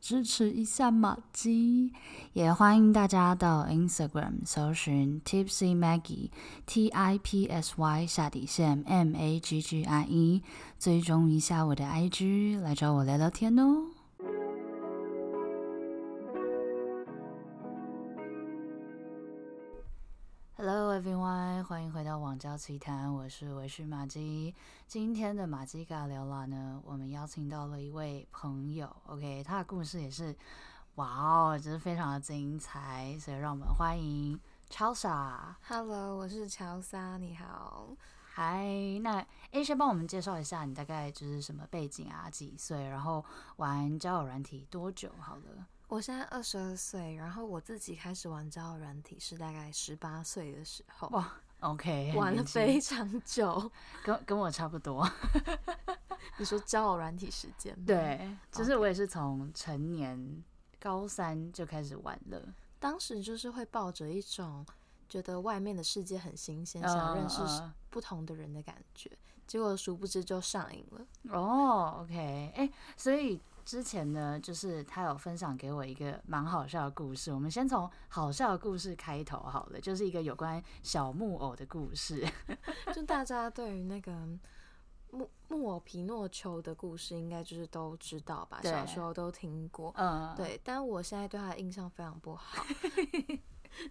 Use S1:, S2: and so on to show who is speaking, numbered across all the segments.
S1: 支持一下马基，也欢迎大家到 Instagram 搜寻 Tipsy Maggie T I P S Y 下底线 M A G G I E，追踪一下我的 IG，来找我聊聊天哦。Hello everyone，欢迎回到网交奇谈，我是维旭马基。今天的马基嘎聊啦呢，我们邀请到了一位朋友，OK，他的故事也是，哇哦，真是非常的精彩，所以让我们欢迎超傻。
S2: Hello，我是乔莎，你好。
S1: 嗨，那诶，先帮我们介绍一下你大概就是什么背景啊，几岁，然后玩交友软体多久？好了，
S2: 我现在二十二岁，然后我自己开始玩交友软体是大概十八岁的时候，
S1: 哇，OK，很
S2: 玩了
S1: 年轻
S2: 非常久。
S1: 跟跟我差不 多，
S2: 你说交友软体时间吗？，
S1: 对，就是我也是从成年高三就开始玩了。
S2: 当时就是会抱着一种觉得外面的世界很新鲜，想要认识
S1: 嗯嗯
S2: 不同的人的感觉，结果殊不知就上瘾了。
S1: 哦，OK，哎、所以之前呢，就是他有分享给我一个蛮好笑的故事。我们先从好笑的故事开头好了，就是一个有关小木偶的故事。
S2: 就大家对于那个木木偶皮诺丘的故事，应该就是都知道吧？
S1: 对
S2: 小时候都听过。
S1: 嗯，，
S2: 对，但我现在对他的印象非常不好。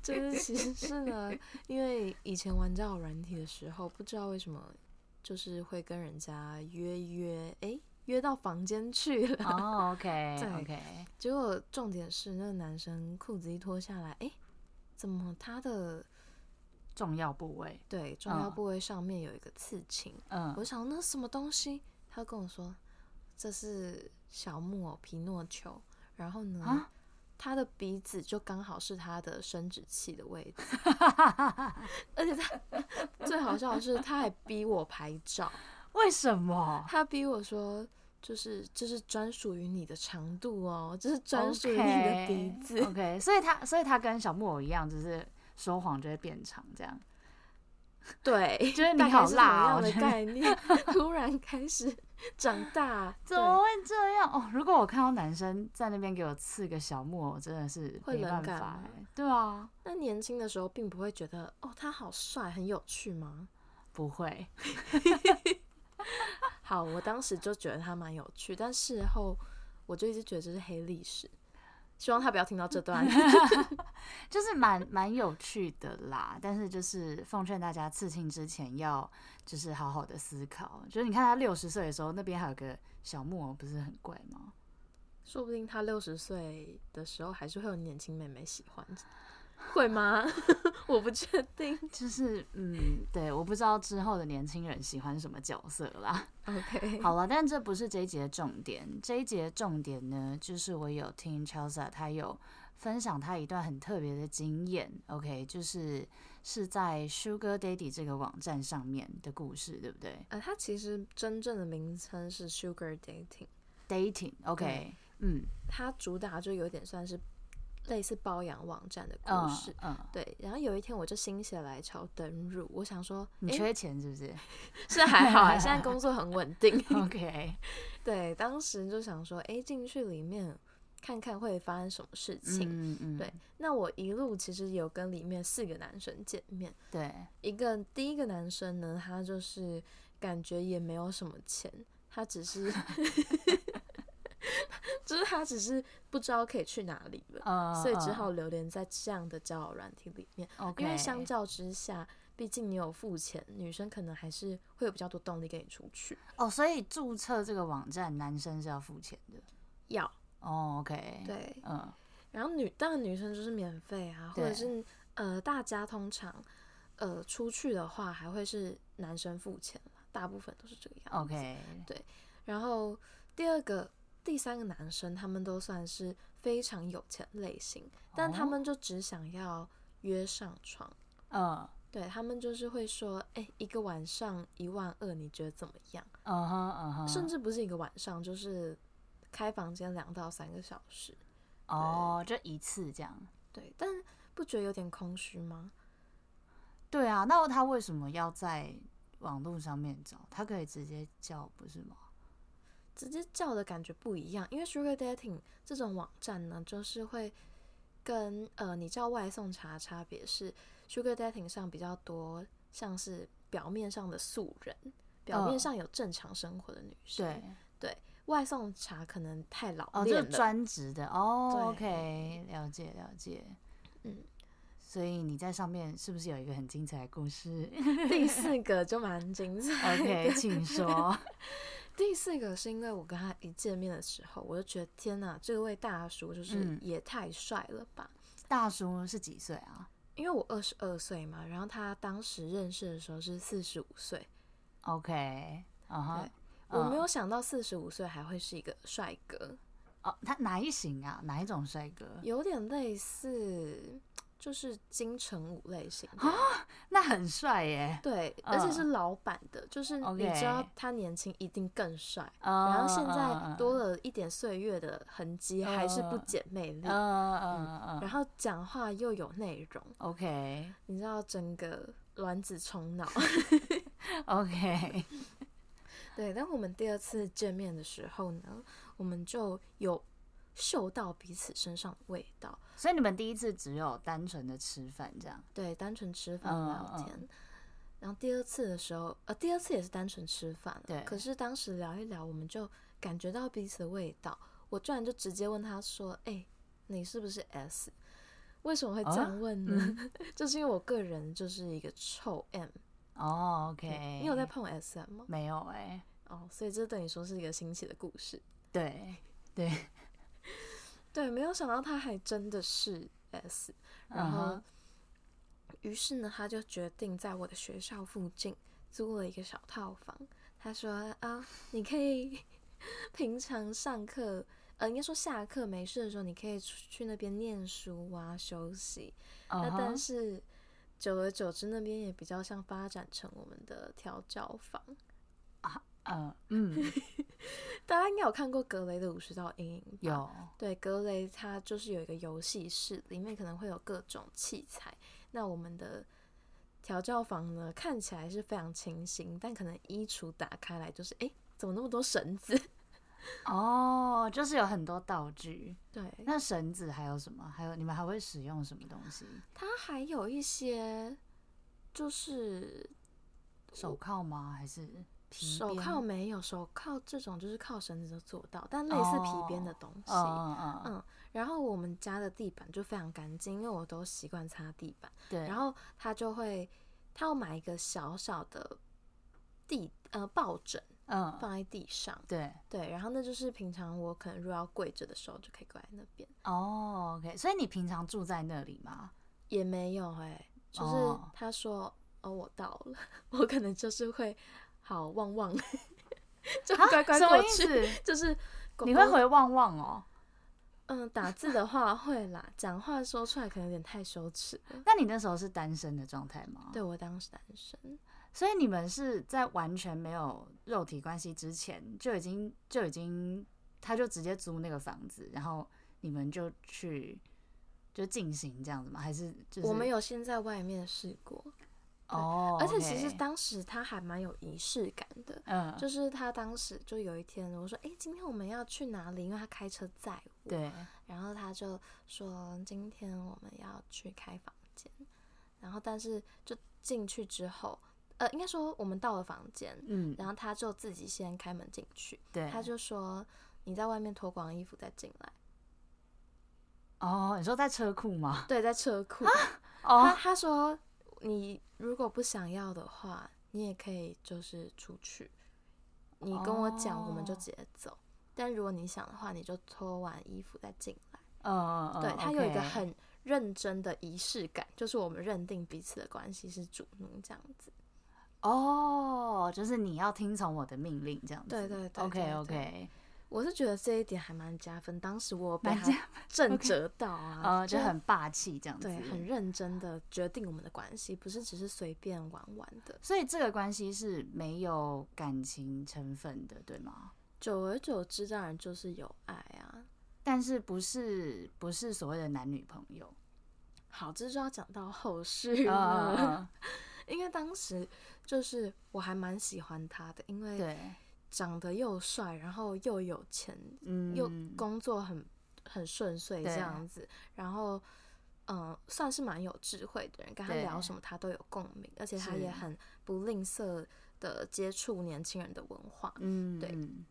S2: 就是其实是呢，因为以前玩交友软体的时候，不知道为什么，就是会跟人家约约，诶，约到房间去了。
S1: 哦，OK，OK，、
S2: 对结果重点是那个男生裤子一脱下来，诶，怎么他的
S1: 重要部位，
S2: 对重要
S1: 嗯
S2: 部位上面有一个刺青？
S1: 嗯，
S2: 我想那什么东西？他跟我说这是小木偶皮诺丘，然后呢，
S1: 啊
S2: 他的鼻子就刚好是他的生殖器的位 置，而且他最好笑的是他还逼我拍照，
S1: 为什么？
S2: 他逼我说。就是这是专属于你的长度哦，这是专属于你的鼻子。
S1: o k 所以他，所以他跟小木偶一样，就是说谎就会变长，这样。
S2: 对，
S1: 觉得你
S2: 大概
S1: 好
S2: 是
S1: 辣哦
S2: 同样的
S1: 真的
S2: 概念， 突然开始长大，
S1: 怎么会这样？哦，如果我看到男生在那边给我刺个小木偶，真的是
S2: 会
S1: 没
S2: 冷
S1: 办
S2: 感
S1: 法
S2: 吗
S1: 欸。对啊，
S2: 那年轻的时候并不会觉得哦，他好帅，很有趣吗？
S1: 不会。
S2: 好，我当时就觉得他蛮有趣，但事后我就一直觉得这是黑历史。希望他不要听到这段。
S1: 就是蛮蛮有趣的啦，但是就是奉劝大家刺青之前要就是好好的思考。就是你看他六十岁的时候，那边还有个小木偶，不是很怪吗？
S2: 说不定他六十岁的时候还是会有年轻妹妹喜欢，会吗？ 我不确定。
S1: 就是嗯，对，我不知道之后的年轻人喜欢什么角色啦。
S2: OK，
S1: 好了，但这不是这一节的重点。这一节的重点呢，就是我有听 Chelsea 她有分享她一段很特别的经验。OK，就是是在 Sugar Daddy 这个网站上面的故事，对不对
S2: 呃，他其实真正的名称是 Sugar Dating，
S1: ？Dating OK，
S2: 对
S1: 嗯
S2: 它主打就有点算是类似包养网站的
S1: 嗯
S2: 故事。
S1: 嗯，
S2: 对，然后有一天我就心血来潮登入，我想说，
S1: 你
S2: 诶
S1: 缺钱是不 是
S2: 是还好 啊，现在工作很稳定。
S1: ？OK，
S2: 对，当时就想说，诶，进去里面看看会发生什么事情。
S1: 嗯嗯，
S2: 对，那我一路其实有跟里面四个男生见面，
S1: 对，
S2: 一个第一个男生呢，他就是感觉也没有什么钱，他只是，就是他只是不知道可以去哪里了，
S1: 呃，
S2: 所以只
S1: 嗯
S2: 好流连在这样的交友软体里面。
S1: OK，
S2: 因为相较之下，毕竟你有付钱，女生可能还是会有比较多动力跟你出去。
S1: 哦，所以注册这个网站男生是要付钱的。
S2: 要
S1: 哦，OK，，
S2: 对，
S1: 嗯
S2: 然后女当然女生就是免费啊，或
S1: 对
S2: 者是呃大家通常呃出去的话还会是男生付钱啦大部分都是这个样子。
S1: ，OK，
S2: 然后第二个、第三个男生他们都算是非常有钱类型，但他
S1: 哦
S2: 们就只想要约上床。
S1: 嗯。
S2: 对他们就是会说，哎、一个晚上一万二，你觉得怎么样？
S1: 嗯哼嗯哼，
S2: 甚至不是一个晚上，就是开房间两到三个小时。
S1: 哦，就一次这样。
S2: 对，但不觉得有点空虚吗？
S1: 对啊，那他为什么要在网络上面找？他可以直接叫，不是吗？
S2: 直接叫的感觉不一样，因为 Sugar Dating 这种网站呢，就是会跟呃你叫外送茶的差别是 Sugar Dating 上比较多像是表面上的素人，表面上有正常生活的女生，
S1: 嗯对，
S2: 外送茶可能太老
S1: 哦，这
S2: 练
S1: 个
S2: 了，
S1: 专职的哦
S2: 对
S1: ，OK，了解了解。
S2: 嗯，
S1: 所以你在上面是不是有一个很精彩的故 事
S2: 第四个就蛮精彩的。
S1: ？OK，请说。
S2: 第四个是因为我跟他一见面的时候，我就觉得天哪，这位大叔就是
S1: 嗯
S2: 也太帅了吧！
S1: 大叔是几岁啊？
S2: 因为我二十二岁嘛，然后他当时认识的时候是四十五岁，
S1: OK，啊哈
S2: 对，我
S1: 嗯
S2: 没有想到四十五岁还会是一个帅哥，
S1: 哦，他哪一型啊？哪一种帅哥？
S2: 有点类似就是金城武类型的
S1: 那很帅耶。
S2: 对，
S1: 啊嗯
S2: 而且是老版的，就是你
S1: OK 嗯
S2: 知道他年轻一定更帅。
S1: 然
S2: 然后现在
S1: 嗯
S2: 多了一点岁月的痕迹，还是不减魅力。
S1: 嗯嗯嗯嗯
S2: 然后讲话又有内容，
S1: ，OK
S2: 你知道整个卵子冲脑。
S1: OK，
S2: 对，但我们第二次见面的时候呢，我们就有嗅到彼此身上的味道。
S1: 所以你们第一次只有单纯的吃饭这样，
S2: 对，单纯吃饭
S1: 嗯
S2: 聊
S1: 嗯
S2: 天。然后第二次的时候，呃，第二次也是单纯吃饭啊，
S1: 对
S2: 可是当时聊一聊，我们就感觉到彼此的味道。我居然就直接问他说：“哎、你是不是 S？” 为什么会这
S1: 啊
S2: 样问呢？ 就是因为我个人就是一个臭 M，
S1: 哦，OK，
S2: 你有在碰 SM 吗？
S1: 没有哎？
S2: 哦，所以这对你说是一个新奇的故事。
S1: 对对，
S2: 对，没有想到他还真的是 S，然
S1: 嗯
S2: 后
S1: 哼，
S2: 于是呢，他就决定在我的学校附近租了一个小套房。他说啊、你可以 平常上课，呃，应该说下课没事的时候，你可以出去那边念书啊，休息。那
S1: 嗯哼
S2: 但是久而久之，那边也比较像发展成我们的调教房。
S1: 嗯嗯，
S2: 大家应该有看过格雷的五十道阴影吧？
S1: 有
S2: 对，格雷它就是有一个游戏室，里面可能会有各种器材。那我们的调教房呢，看起来是非常清新，但可能衣橱打开来就是，诶，怎么那么多绳子？
S1: 哦，就是有很多道具。
S2: 对，
S1: 那绳子还有什么？还有你们还会使用什么东西？
S2: 它还有一些就是
S1: 手铐吗？还是皮
S2: 手
S1: 鞭
S2: 铐没有，手铐这种就是靠绳子就做到，但类似皮鞭的东
S1: 嗯
S2: 西。
S1: 嗯嗯，
S2: 嗯然后我们家的地板就非常干净，因为我都习惯擦地板。
S1: 对。
S2: 然后他就会，他要买一个小小的地呃抱枕
S1: 嗯，
S2: 放在地上，
S1: 对，
S2: 对，然后那就是平常我可能如果要跪着的时候就可以跪在那边，
S1: 哦，OK，所以你平常住在那里吗？
S2: 也没有哎、就是
S1: 哦
S2: 他说哦我到了， 我可能就是会好旺旺， 就
S1: 啊
S2: 乖乖
S1: 什么
S2: 过
S1: 意
S2: 去，
S1: 思？
S2: 就是狗
S1: 你会
S2: 狗
S1: 回旺旺哦？
S2: 嗯打字的话会啦，讲话说出来可能有点太羞耻了。
S1: 那你那时候是单身的状态吗？，
S2: 对我当时单身，
S1: 所以你们是在完全没有肉体关系之前就已经就已经，他就直接租那个房子，然后你们就去就进行这样子吗？还是就是
S2: 我们有先在外面试过，
S1: 哦，
S2: 而且其实
S1: OK
S2: 当时他还蛮有仪式感的，
S1: 嗯
S2: 就是他当时就有一天我说：“诶，今天我们要去哪里？”因为他开车载我，
S1: 对
S2: 然后他就说：“今天我们要去开房间。”然后但是就进去之后，呃，应该说我们到了房间，
S1: 嗯
S2: 然后他就自己先开门进去，
S1: 对，
S2: 他就说：“你在外面脱光衣服再进来。
S1: 哦，你说在车库”吗？
S2: 对，在车库，他
S1: 哦
S2: 他说：“你如果不想要的话，你也可以就是出去，你跟我讲，我们就
S1: 哦
S2: 直接走。但如果你想的话，你就脱完衣服再进来。
S1: 嗯嗯，
S2: 对
S1: 嗯
S2: 他有一个
S1: OK
S2: 很认真的仪式感，就是我们认定彼此的关系是主奴这样子。
S1: 哦，就是你要听从我的命令这样子。
S2: 对对对
S1: o
S2: 对
S1: k
S2: 对
S1: OK，
S2: 我是觉得这一点还蛮加分。当时我有被
S1: 蛮加
S2: 他震
S1: OK
S2: 折到啊，
S1: 呃，就很霸气这样子。
S2: 对，很认真的决定我们的关系，不是只是随便玩玩的。
S1: 所以这个关系是没有感情成分的，对吗？
S2: 久而久之，当然就是有爱啊。
S1: 但是不是不是所谓的男女朋友？
S2: 好，这就要讲到后续
S1: 啊啊
S2: 了，
S1: 啊
S2: 因为当时就是我还蛮喜欢他的，因为
S1: 对，
S2: 长得又帅，然后又有钱，
S1: 嗯，
S2: 又工作很很顺遂
S1: 对
S2: 这样子，然后嗯、呃算是蛮有智慧的人，跟他
S1: 对
S2: 聊什么他都有共鸣，而且他
S1: 是
S2: 也很不吝啬的接触年轻人的文化，
S1: 嗯，
S2: 对
S1: 嗯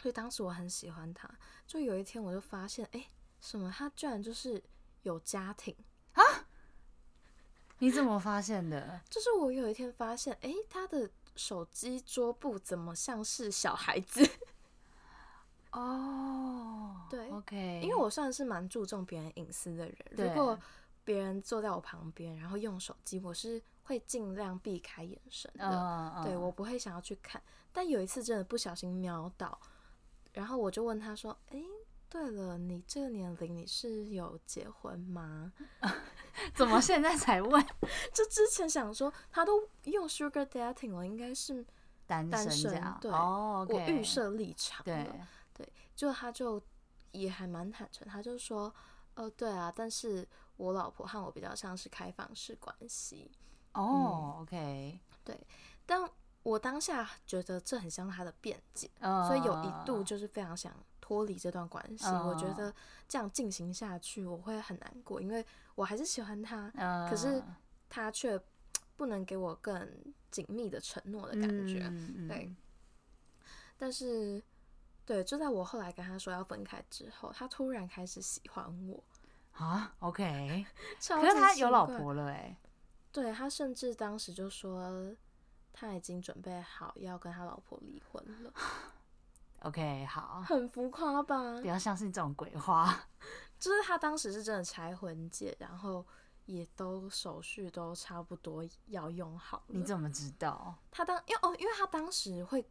S2: 所以当时我很喜欢他。就有一天我就发现，哎、什么他居然就是有家庭，
S1: 你怎么发现的？
S2: 就是我有一天发现，哎、他的手机桌布怎么像是小孩子？
S1: 哦，
S2: 对
S1: ，OK，
S2: 因为我算是蛮注重别人隐私的人，如
S1: 对
S2: 果别人坐在我旁边，然后用手机，我是会尽量避开眼神的。
S1: 嗯，
S2: 对，
S1: 嗯
S2: 我不会想要去看。但有一次真的不小心瞄到，然后我就问他说：“诶，对了，你这个年龄你是有结婚吗
S1: 怎么现在才问？？”
S2: 就之前想说他都用 sugar dating 了，应该是
S1: 单
S2: 单
S1: 身这
S2: 身
S1: 样？
S2: 对
S1: 哦
S2: 我
S1: ，OK，
S2: 预设立场了。
S1: 对，
S2: 就他就也还蛮坦诚，他就说，呃，对啊，但是我老婆和我比较像是开放式关系，
S1: 哦，OK，
S2: 嗯但我当下觉得这很像他的辩解，
S1: 嗯，
S2: 所以有一度
S1: 嗯
S2: 就是非常想脱离这段关系。
S1: 嗯
S2: 我觉得这样进行下去我会很难过，因为我还是喜欢他，
S1: 嗯，
S2: 可是他却嘖不能给我更紧密的承诺的感觉。
S1: 嗯
S2: 对，但是，对，就在我后来跟他说要分开之后，他突然开始喜欢我。
S1: 嗯啊，OK，
S2: 可
S1: 可是他有老，婆了哎，
S2: 对他甚至当时就说他已经准备好要跟他老婆离婚了，
S1: OK，好，
S2: 很浮夸吧
S1: 不？要相信这种鬼话。
S2: 就是他当时是真的拆婚戒，然后也都手续都差不多要用好
S1: 你
S2: 了。
S1: 怎么知道？
S2: 他当因为哦，因为他当时会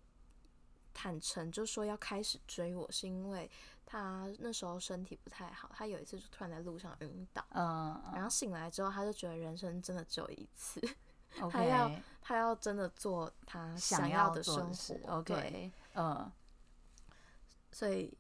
S2: 坦诚就说要开始追我，是因为他那时候身体不太好，他有一次就突然在路上晕倒，
S1: 嗯
S2: 然后醒来之后他就觉得人生真的只有一次。 还要
S1: ，OK，
S2: 他要真的做他
S1: 想
S2: 要的
S1: 做
S2: 生
S1: 的事
S2: 活。对，
S1: ，OK，嗯
S2: 所以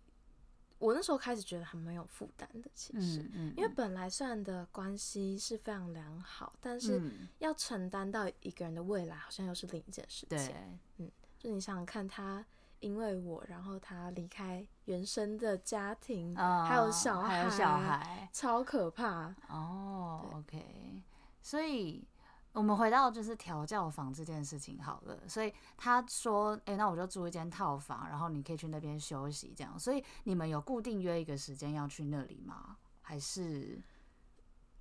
S2: 我那时候开始觉得很没有负担的，其实，
S1: 嗯嗯，
S2: 因为本来虽然的关系是非常良好，但是
S1: 嗯
S2: 要承担到一个人的未来，好像又是另一件事情。
S1: 对，
S2: 就你想想看，他因为我，然后他离开原生的家庭，还有
S1: 嗯
S2: 小
S1: 还有
S2: 孩
S1: 小孩，
S2: 超可怕。
S1: 哦
S2: 对
S1: ，OK，所以我们回到就是调教房这件事情好了。所以他说，诶，那我就租一间套房，然后你可以去那边休息，这样。所以你们有固定约一个时间要去那里吗？还是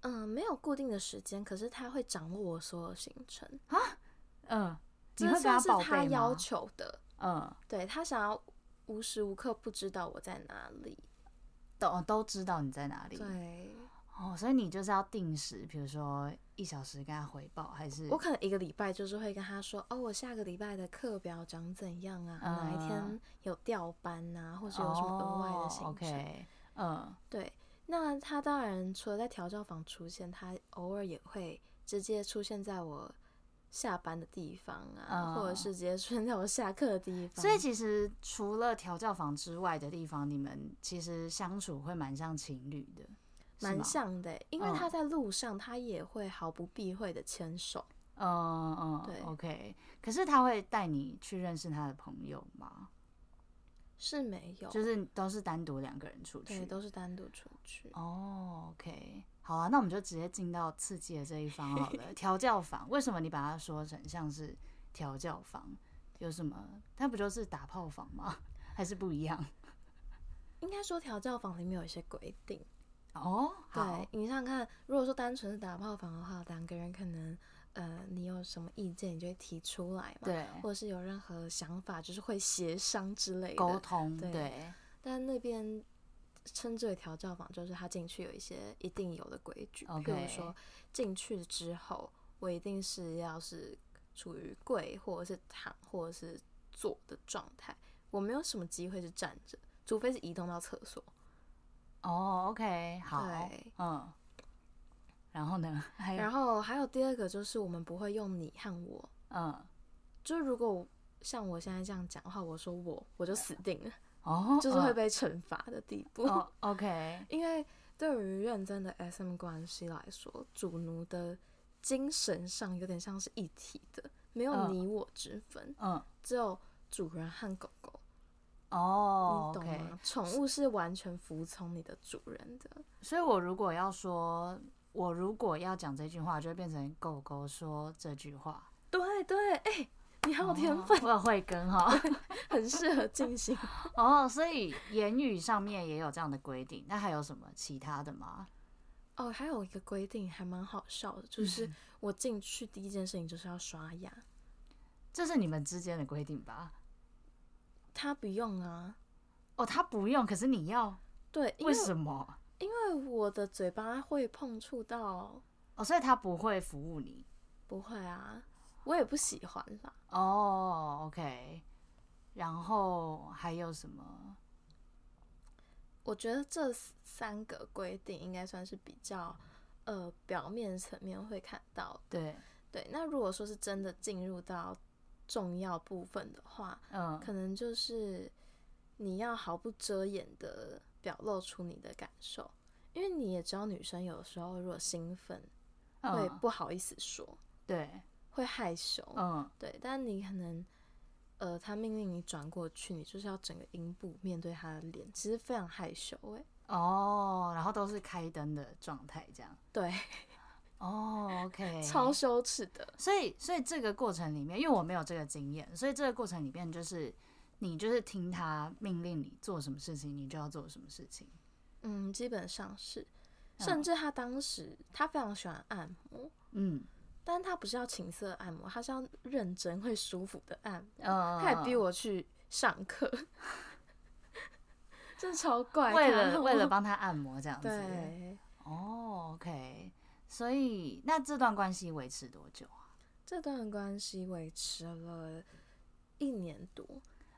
S2: 嗯，没有固定的时间，可是他会掌握我所有行程，
S1: 嗯，你
S2: 这
S1: 会跟
S2: 算是
S1: 报
S2: 他
S1: 备
S2: 要
S1: 吗？
S2: 求的。
S1: 嗯，
S2: 对他想要无时无刻不知道我在哪里。
S1: 都都知道你在哪里。
S2: 对，
S1: 哦，所以你就是要定时，比如说一小时跟他回报，还是
S2: 我可能一个礼拜就是会跟他说，哦，我下个礼拜的课表长怎样啊？
S1: 嗯
S2: 哪一天有调班啊，或者有什么额外的行
S1: 哦
S2: 程？
S1: ？OK，嗯，
S2: 对，那他当然除了在调教房出现，他偶尔也会直接出现在我。下班的地方啊，
S1: 嗯
S2: 或者是直接出现在我下课的地方，
S1: 所以其实除了调教房之外的地方，你们其实相处会蛮像情侣的，是
S2: 蛮
S1: 吗。
S2: 像的欸。因为
S1: 嗯
S2: 他在路上，他也会毫不避讳的牵手，
S1: 嗯嗯，
S2: 对
S1: OK。可是他会带你去认识他的朋友吗？
S2: 是没有，
S1: 就是都是单独两个人出
S2: 对，
S1: 去。
S2: 都是单独出去。
S1: 哦，OK。好啊，那我们就直接进到刺激的这一方好 了。调教房，为什么你把它说成像是调教房？有什么？它不就是打炮房吗？还是不一样？
S2: 应该说调教房里面有一些规定。
S1: 哦，好
S2: 对，，你想想看，如果说单纯是打炮房的话，两个人可能呃，你有什么意见，你就会提出来嘛，
S1: 对，
S2: 或者是有任何想法，就是会协商之类
S1: 沟
S2: 的。
S1: 通，
S2: 对
S1: 对，
S2: 但那边称之为调教房，就是他进去有一些一定有的规矩，譬
S1: OK
S2: 如说进去之后，我一定是要是处于跪或者是躺或者是坐的状态，我没有什么机会是站着，除非是移动到厕所。
S1: 哦，OK，好
S2: 对，
S1: 嗯，然后呢？还有，
S2: 然后还有第二个就是我们不会用你和我，
S1: 嗯，
S2: 就如果像我现在这样讲的话，我说我我就死定了，
S1: 哦，
S2: 就是会
S1: 被
S2: 被惩罚的地步。
S1: 哦，OK，
S2: 因为对于认真的 SM 关系来说，主奴的精神上有点像是一体的，没有
S1: 嗯
S2: 你我之分，
S1: 嗯，
S2: 只有主人和狗狗，
S1: 哦
S2: 你懂
S1: ，OK，
S2: 吗？宠物是完全服从你的主人的，
S1: 所以我如果要说，我如果要讲这句话，就会变成狗狗说这句话。
S2: 对对，哎、你好有天
S1: 哦
S2: 分，
S1: 我有慧根哈。
S2: 很适合进行。
S1: 哦，所以言语上面也有这样的规定。那还有什么其他的吗？
S2: 哦，还有一个规定还蛮好笑的，就是我进去第一件事情就是要刷牙，
S1: 这是你们之间的规定吧？
S2: 他不用啊。
S1: 哦，他不用，可是你要，
S2: 对，因
S1: 为
S2: 为
S1: 什么？
S2: 因为我的嘴巴会碰触到，
S1: 哦，所以他不会服务你。
S2: 不会啊，我也不喜欢啦。
S1: 哦，OK。然后还有什么？
S2: 我觉得这三个规定应该算是比较呃表面层面会看到的。
S1: 对，
S2: 对，那如果说是真的进入到重要部分的话，
S1: 嗯，
S2: 可能就是你要毫不遮掩的表露出你的感受，因为你也知道女生有时候如果兴奋会
S1: 嗯，
S2: 不好意思说，
S1: 对，
S2: 会害羞，
S1: 嗯，
S2: 对，但你可能。呃，他命令你转过去，你就是要整个阴部面对他的脸，其实非常害羞哎、
S1: 哦，然后都是开灯的状态这样。
S2: 对，
S1: 哦，OK，
S2: 超羞耻的。
S1: 所以，所以这个过程里面，因为我没有这个经验，所以这个过程里面就是你就是听他命令你做什么事情，你就要做什么事情。
S2: 嗯，基本上是，
S1: 嗯
S2: 甚至他当时他非常喜欢按摩，
S1: 嗯，
S2: 但他不是要情色按摩，他是要认真会舒服的按摩。
S1: 呃，
S2: 他还逼我去上课， 真的超怪。
S1: 为
S2: 然
S1: 了
S2: 后
S1: 为 了帮他按摩这样子。
S2: 对
S1: 哦，OK，所以那这段关系维持多久啊？
S2: 这段关系维持了一年多。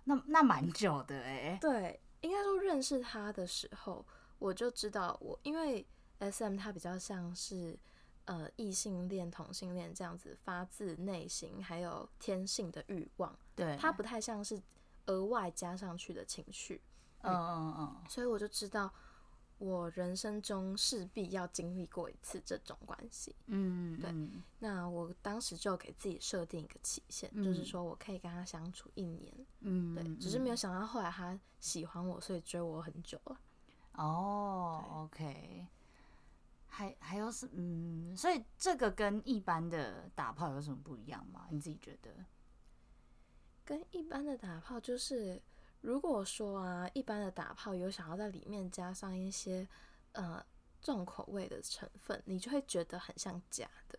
S1: 那那蛮久的哎、
S2: 对，应该说认识他的时候，我就知道我因为 S M 它比较像是呃异性恋、同性恋这样子发自内心还有天性的欲望，
S1: 对，
S2: 它不太像是额外加上去的情绪，
S1: 嗯嗯嗯，
S2: 所以我就知道我人生中势必要经历过一次这种关系。
S1: 嗯，
S2: 对
S1: 嗯
S2: 那我当时就给自己设定一个期限，就是
S1: 嗯
S2: 说我可以跟他相处一年，
S1: 嗯，
S2: 对，
S1: 嗯
S2: 只是没有想到后来他喜欢我，所以追我很久了。
S1: 哦，OK，还还有是嗯，所以这个跟一般的打炮有什么不一样吗？你自己觉得？
S2: 跟一般的打炮就是，如果说啊，一般的打炮有想要在里面加上一些呃重口味的成分，你就会觉得很像假的。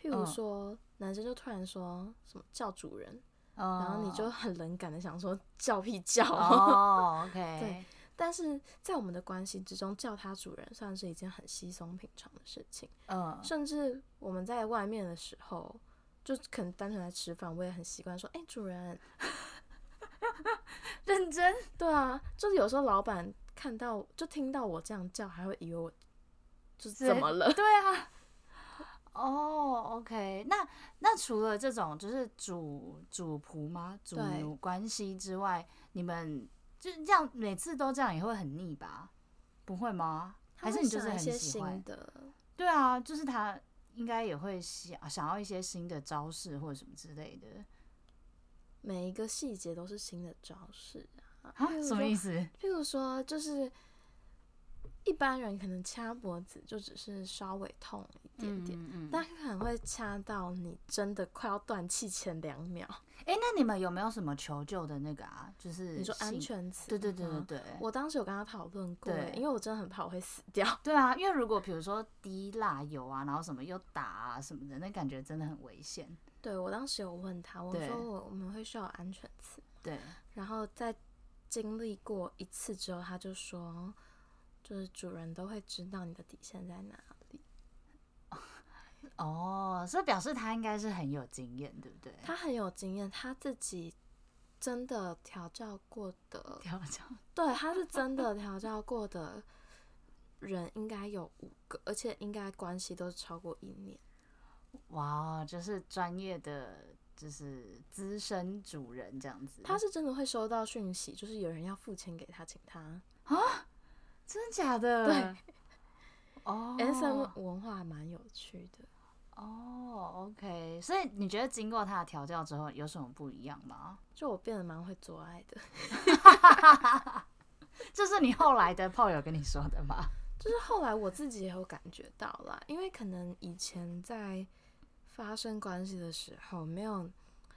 S2: 譬如
S1: 嗯
S2: 说，男生就突然说什么叫主人，
S1: 嗯，
S2: 然后你就很冷感的想说叫屁叫，
S1: 哦，OK，
S2: 但是在我们的关系之中，叫他主人算是一件很稀松平常的事情。
S1: 嗯，
S2: 甚至我们在外面的时候，就可能单纯在吃饭，我也很习惯说：“哎、主人。
S1: 认真，”
S2: 对啊，就是有时候老板看到就听到我这样叫，还会以为我就是
S1: 是
S2: 怎么了？
S1: 对啊。哦、o k 那那除了这种就是主主仆吗？主
S2: 对
S1: 奴关系之外，你们就是这样每次都这样也会很腻吧？不会吗？还是你就是
S2: 他
S1: 很
S2: 会想一些
S1: 喜欢
S2: 新的？
S1: 对啊，就是他应该也会想想要一些新的招式或者什么之类的
S2: 每一个细节都是新的招式啊！
S1: 啊
S2: 譬？如
S1: 什么
S2: 说
S1: 意思？
S2: 譬如说，就是一般人可能掐脖子就只是稍微痛一 点点，
S1: 嗯嗯
S2: 但可能会掐到你真的快要断气前两秒。
S1: 哎、那你们有没有什么求救的那个啊？就是
S2: 你说安
S1: 性？
S2: 全词？
S1: 对对对对
S2: 嗯。
S1: 对，
S2: 我当时有跟他讨论过
S1: 对
S2: 欸，因为我真的很怕我会死掉。
S1: 对啊，因为如果比如说滴辣油啊，然后什么又打啊什么的，那感觉真的很危险。
S2: 对我当时有问他，我
S1: 对
S2: 说我我们会需要安全词，
S1: 对，
S2: 然后在经历过一次之后，他就说，就是主人都会知道你的底线在哪里。
S1: 哦，所以表示他应该是很有经验，对不对？
S2: 他很有经验，他自己真的调教过的，
S1: 调教
S2: 对，他是真的调教过的人应该有五个，而且应该关系都超过一年。
S1: 哇，就是专业的，就是资深主人这样子。
S2: 他是真的会收到讯息，就是有人要付钱给他，请他。
S1: 真的假的？对，哦
S2: S M 文化蛮有趣的，
S1: 哦，OK，所以你觉得经过他的调教之后有什么不一样吗？
S2: 就我变得蛮会做爱的，
S1: 这是你后来的炮友跟你说的吗？
S2: 就是后来我自己也有感觉到啦，因为可能以前在发生关系的时候，没有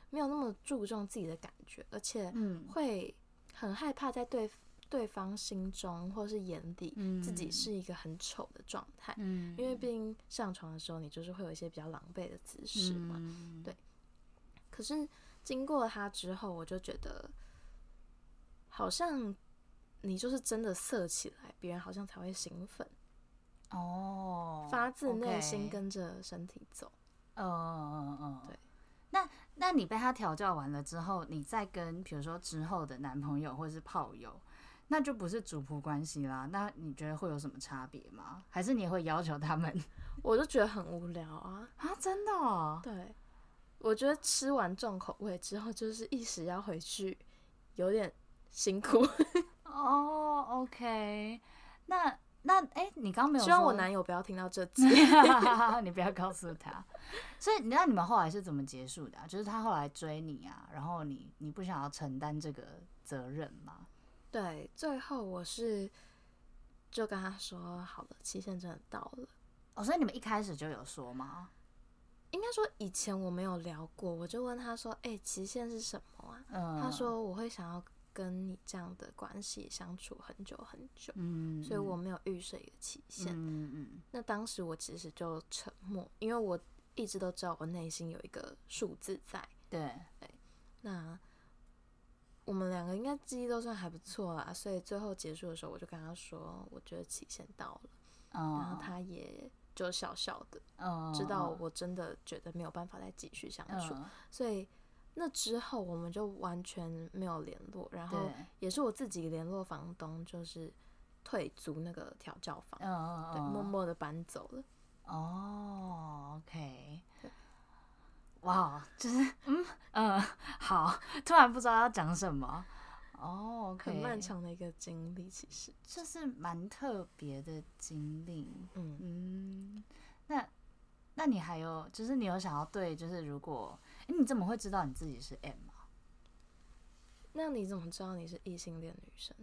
S2: 没有那么注重自己的感觉，而且
S1: 嗯
S2: 会很害怕在对对方心中或是眼底、自己
S1: 嗯
S2: 是一个很丑的状态，
S1: 嗯
S2: 因为毕竟上床的时候你就是会有一些比较狼狈的姿势嘛，
S1: 嗯
S2: 对可是经过他之后，我就觉得好像你就是真的色起来，别人好像才会兴奋，
S1: 哦，
S2: 发自内心
S1: OK
S2: 跟着身体走。
S1: 嗯嗯嗯嗯，
S2: 对。
S1: 那那你被他调教完了之后，你再跟比如说之后的男朋友或是炮友，那就不是主仆关系啦。那你觉得会有什么差别吗？还是你也会要求他们
S2: 我就觉得很无聊啊。
S1: 啊？真的、哦？
S2: 对，我觉得吃完重口味之后，就是一时要回去有点辛苦。
S1: 哦，OK，那那哎、你刚没有
S2: 希望
S1: 说
S2: 我男友不要听到这 集。
S1: 你不要告诉他。所以那你们后来是怎么结束的、啊？就是他后来追你啊，然后你你不想要承担这个责任吗？
S2: 对，最后我是就跟他说，好了，期限真的到了。
S1: 哦，所以你们一开始就有说吗？
S2: 应该说以前我没有聊过，我就问他说：“哎、期限是什么啊？”
S1: 嗯，
S2: 他说：“我会想要跟你这样的关系相处很久很久，
S1: 嗯，
S2: 所以我没有预设一个期限。
S1: 嗯嗯
S2: 那当时我其实就沉默，因为我一直都知道我内心有一个数字在。
S1: 对，
S2: 那我们两个应该记忆都算还不错啦，所以最后结束的时候，我就跟他说：“我觉得期限到了。”然后
S1: 嗯，
S2: 他也就笑笑的，
S1: 嗯
S2: 知道我真的觉得没有办法再继续相处。所以那之后我们就完全没有联络，然后
S1: 对，
S2: 也是我自己联络房东，就是退租那个调教房，对，默
S1: 嗯，
S2: 默的搬走了。
S1: 哦，OK，
S2: 对
S1: 哇，就是嗯嗯，好，突然不知道要讲什么，哦，OK，
S2: 很漫，长的一个经历，其实，
S1: 这是蛮特别的经历，
S2: 嗯，
S1: 嗯，那那你还有就是你有想要对就是如果，哎，你怎么会知道你自己是 M 啊？
S2: 那你怎么知道你是异性恋女生？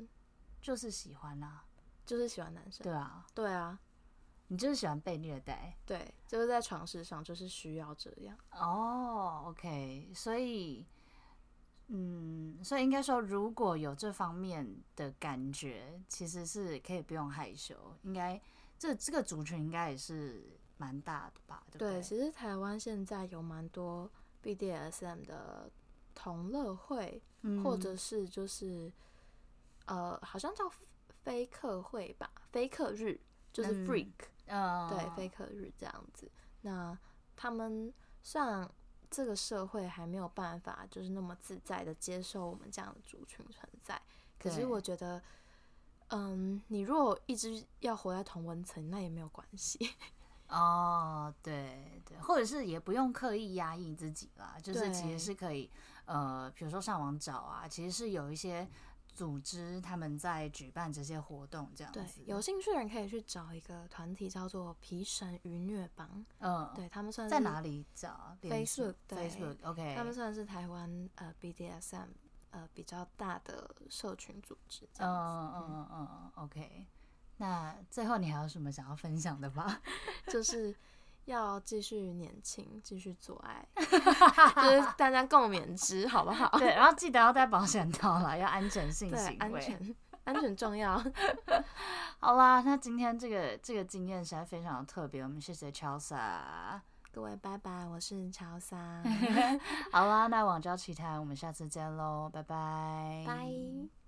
S1: 就是喜欢啊，
S2: 就是喜欢男生？
S1: 对啊，
S2: 对啊，
S1: 你就是喜欢被虐待。
S2: 对，就是在床事上就是需要这样。
S1: 哦，OK，所以，嗯，所以应该说，如果有这方面的感觉，其实是可以不用害羞。应该这这个族群应该也是蛮大的吧，对不
S2: 对，
S1: 对？
S2: 其实台湾现在有蛮多 BDSM 的同乐会，
S1: 嗯
S2: 或者是就是呃，好像叫非客会吧，非客日就是
S1: 嗯
S2: freak，、
S1: 呃，
S2: 对，非客日这样子。那他们虽然这个社会还没有办法就是那么自在的接受我们这样的族群存在，可
S1: 对
S2: 是我觉得。嗯，你如果一直要活在同温层，那也没有关系。
S1: 哦，对对，或者是也不用刻意压抑自己啦，就是其实
S2: 对
S1: 是可以，呃，比如说上网找啊，其实是有一些组织他们在举办这些活动这样
S2: 对
S1: 子，，
S2: 有兴趣的人可以去找一个团体叫做“皮神愉虐帮”，
S1: 嗯，
S2: 对他们算是
S1: 在哪里找脸书
S2: Facebook，对
S1: Facebook，OK，、
S2: 他们算是台湾呃 BDSM 呃比较大的社群组织这
S1: 嗯
S2: 样子，
S1: 嗯嗯嗯嗯，OK。那最后你还有什么想要分享的 吗？
S2: 就是要继续年轻，继续做爱，就是大家共勉之，好不好？
S1: 对，然后记得要带保险套啦，要安全性
S2: 对
S1: 行，
S2: 安
S1: 为。
S2: 全安全重要，
S1: 好啦，那今天这个这个经验实在非常的特别，我们谢谢 Chelsea。
S2: 各位拜拜，我是乔桑，
S1: 好啦，那网交奇谈，我们下次见喽，拜拜，
S2: 拜。